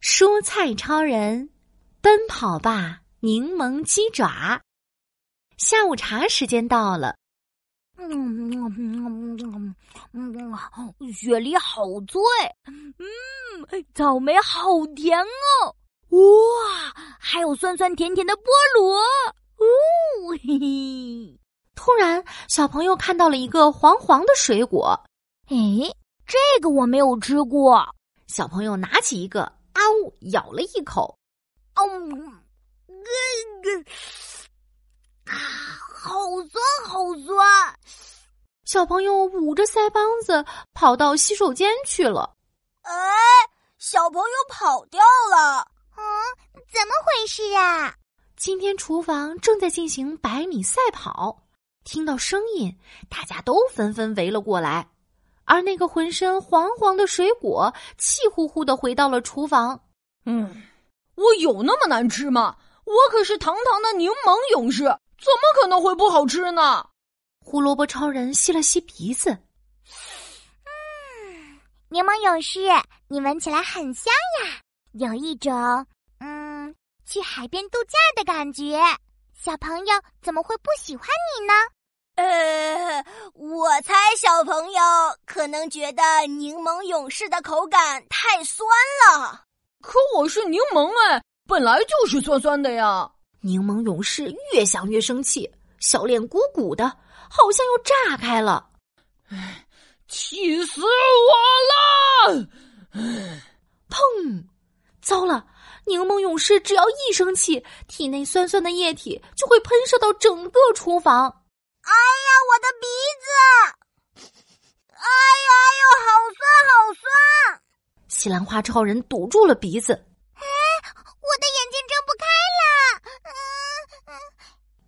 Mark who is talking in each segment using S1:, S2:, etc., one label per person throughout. S1: 蔬菜超人，奔跑吧柠檬鸡爪。下午茶时间到了，
S2: 嗯嗯嗯嗯嗯嗯，雪梨好醉，嗯，草莓好甜哦，哇，还有酸酸甜甜的菠萝，哦，嘿嘿，
S1: 突然小朋友看到了一个黄黄的水果，
S2: 哎，这个我没有吃过，
S1: 小朋友拿起一个，啊呜，咬了一口，
S2: 哦，呃呃，啊，好酸好酸，
S1: 小朋友捂着腮帮子跑到洗手间去了。
S2: 哎，小朋友跑掉了，嗯，怎么回事啊？
S1: 今天厨房正在进行百米赛跑，听到声音，大家都纷纷围了过来。而那个浑身黄黄的水果，气呼呼的回到了厨房。
S3: 嗯，我有那么难吃吗？我可是堂堂的柠檬勇士，怎么可能会不好吃呢？
S1: 胡萝卜超人吸了吸鼻子，
S4: 柠檬勇士，你闻起来很香呀，有一种嗯去海边度假的感觉。小朋友怎么会不喜欢你呢？
S2: 呃，我猜小朋友可能觉得柠檬勇士的口感太酸了。
S3: 可我是柠檬哎，本来就是酸酸的呀。
S1: 柠檬勇士越想越生气，小脸鼓鼓的，好像要炸开了。
S3: 气死我了！
S1: 砰！糟了，柠檬勇士只要一生气，体内酸酸的液体就会喷射到整个厨房。
S2: 哎呀，我的鼻子！哎呀哎呦，好酸好酸！
S1: 西兰花超人堵住了鼻子，
S4: 我的眼睛睁不开了，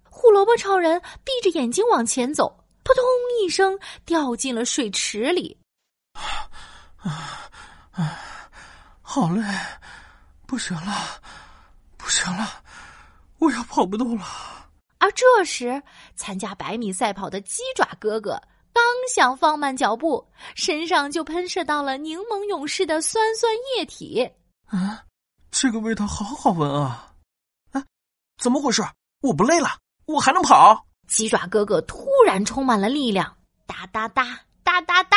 S1: 胡萝卜超人闭着眼睛往前走，扑通一声掉进了水池里。
S5: 好累，不行了，不行了，我要跑不动了。
S1: 而这时，参加百米赛跑的鸡爪哥哥刚想放慢脚步，身上就喷射到了柠檬勇士的酸酸液体。
S5: 啊，这个味道好好闻啊！啊，怎么回事？我不累了，我还能跑。
S1: 鸡爪哥哥突然充满了力量，哒哒哒哒哒哒，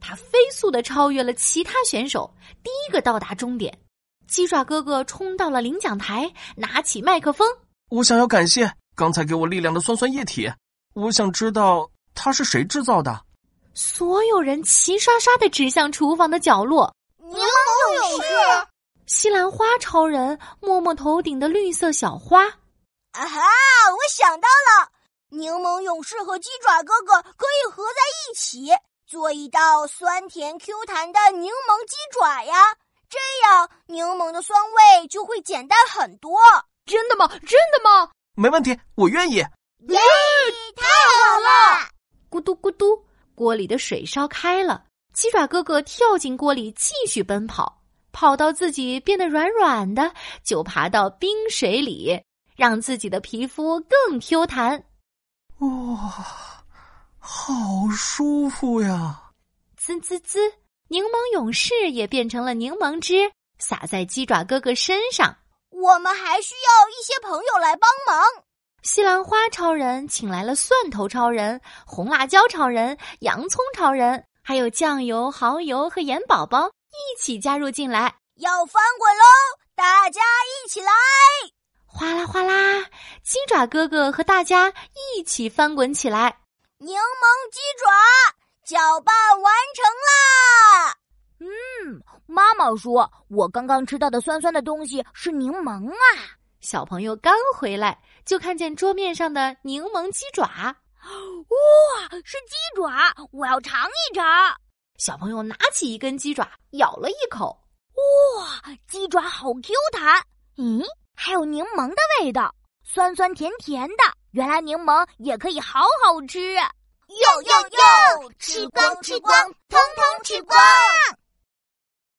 S1: 他飞速的超越了其他选手，第一个到达终点。鸡爪哥哥冲到了领奖台，拿起麦克风。
S5: 我想要感谢刚才给我力量的酸酸液体。我想知道它是谁制造的。
S1: 所有人齐刷刷的指向厨房的角落。
S2: 柠檬勇士，
S1: 西兰花超人摸摸头顶的绿色小花，
S2: 啊哈，我想到了，柠檬勇士和鸡爪哥哥可以合在一起，做一道酸甜 Q 弹的柠檬鸡爪呀，这样柠檬的酸味就会减淡很多。
S3: 真的吗？真的吗？
S5: 没问题，我愿意。
S2: 好了，
S1: 咕嘟咕嘟，锅里的水烧开了。鸡爪哥哥跳进锅里继续奔跑，跑到自己变得软软的，就爬到冰水里，让自己的皮肤更 Q 弹。
S5: 哇、好舒服呀！
S1: 滋滋滋，柠檬勇士也变成了柠檬汁，洒在鸡爪哥哥身上。
S2: 我们还需要一些朋友来帮忙。
S1: 西兰花超人请来了蒜头超人、红辣椒超人、洋葱超人，还有酱油、蚝油和盐宝宝一起加入进来。
S2: 要翻滚喽！大家一起来！
S1: 哗啦哗啦，鸡爪哥哥和大家一起翻滚起来。
S2: 柠檬鸡爪搅拌完成啦！
S4: 嗯妈妈说，我刚刚吃到的酸酸的东西是柠檬啊！
S1: 小朋友刚回来，就看见桌面上的柠檬鸡爪。
S4: 哇，是鸡爪，我要尝一尝。
S1: 小朋友拿起一根鸡爪，咬了一口。
S4: 鸡爪好 Q 弹，咦，还有柠檬的味道，酸酸甜甜的。原来柠檬也可以好好吃。啊
S2: 哟哟哟！吃光吃光，通通吃光！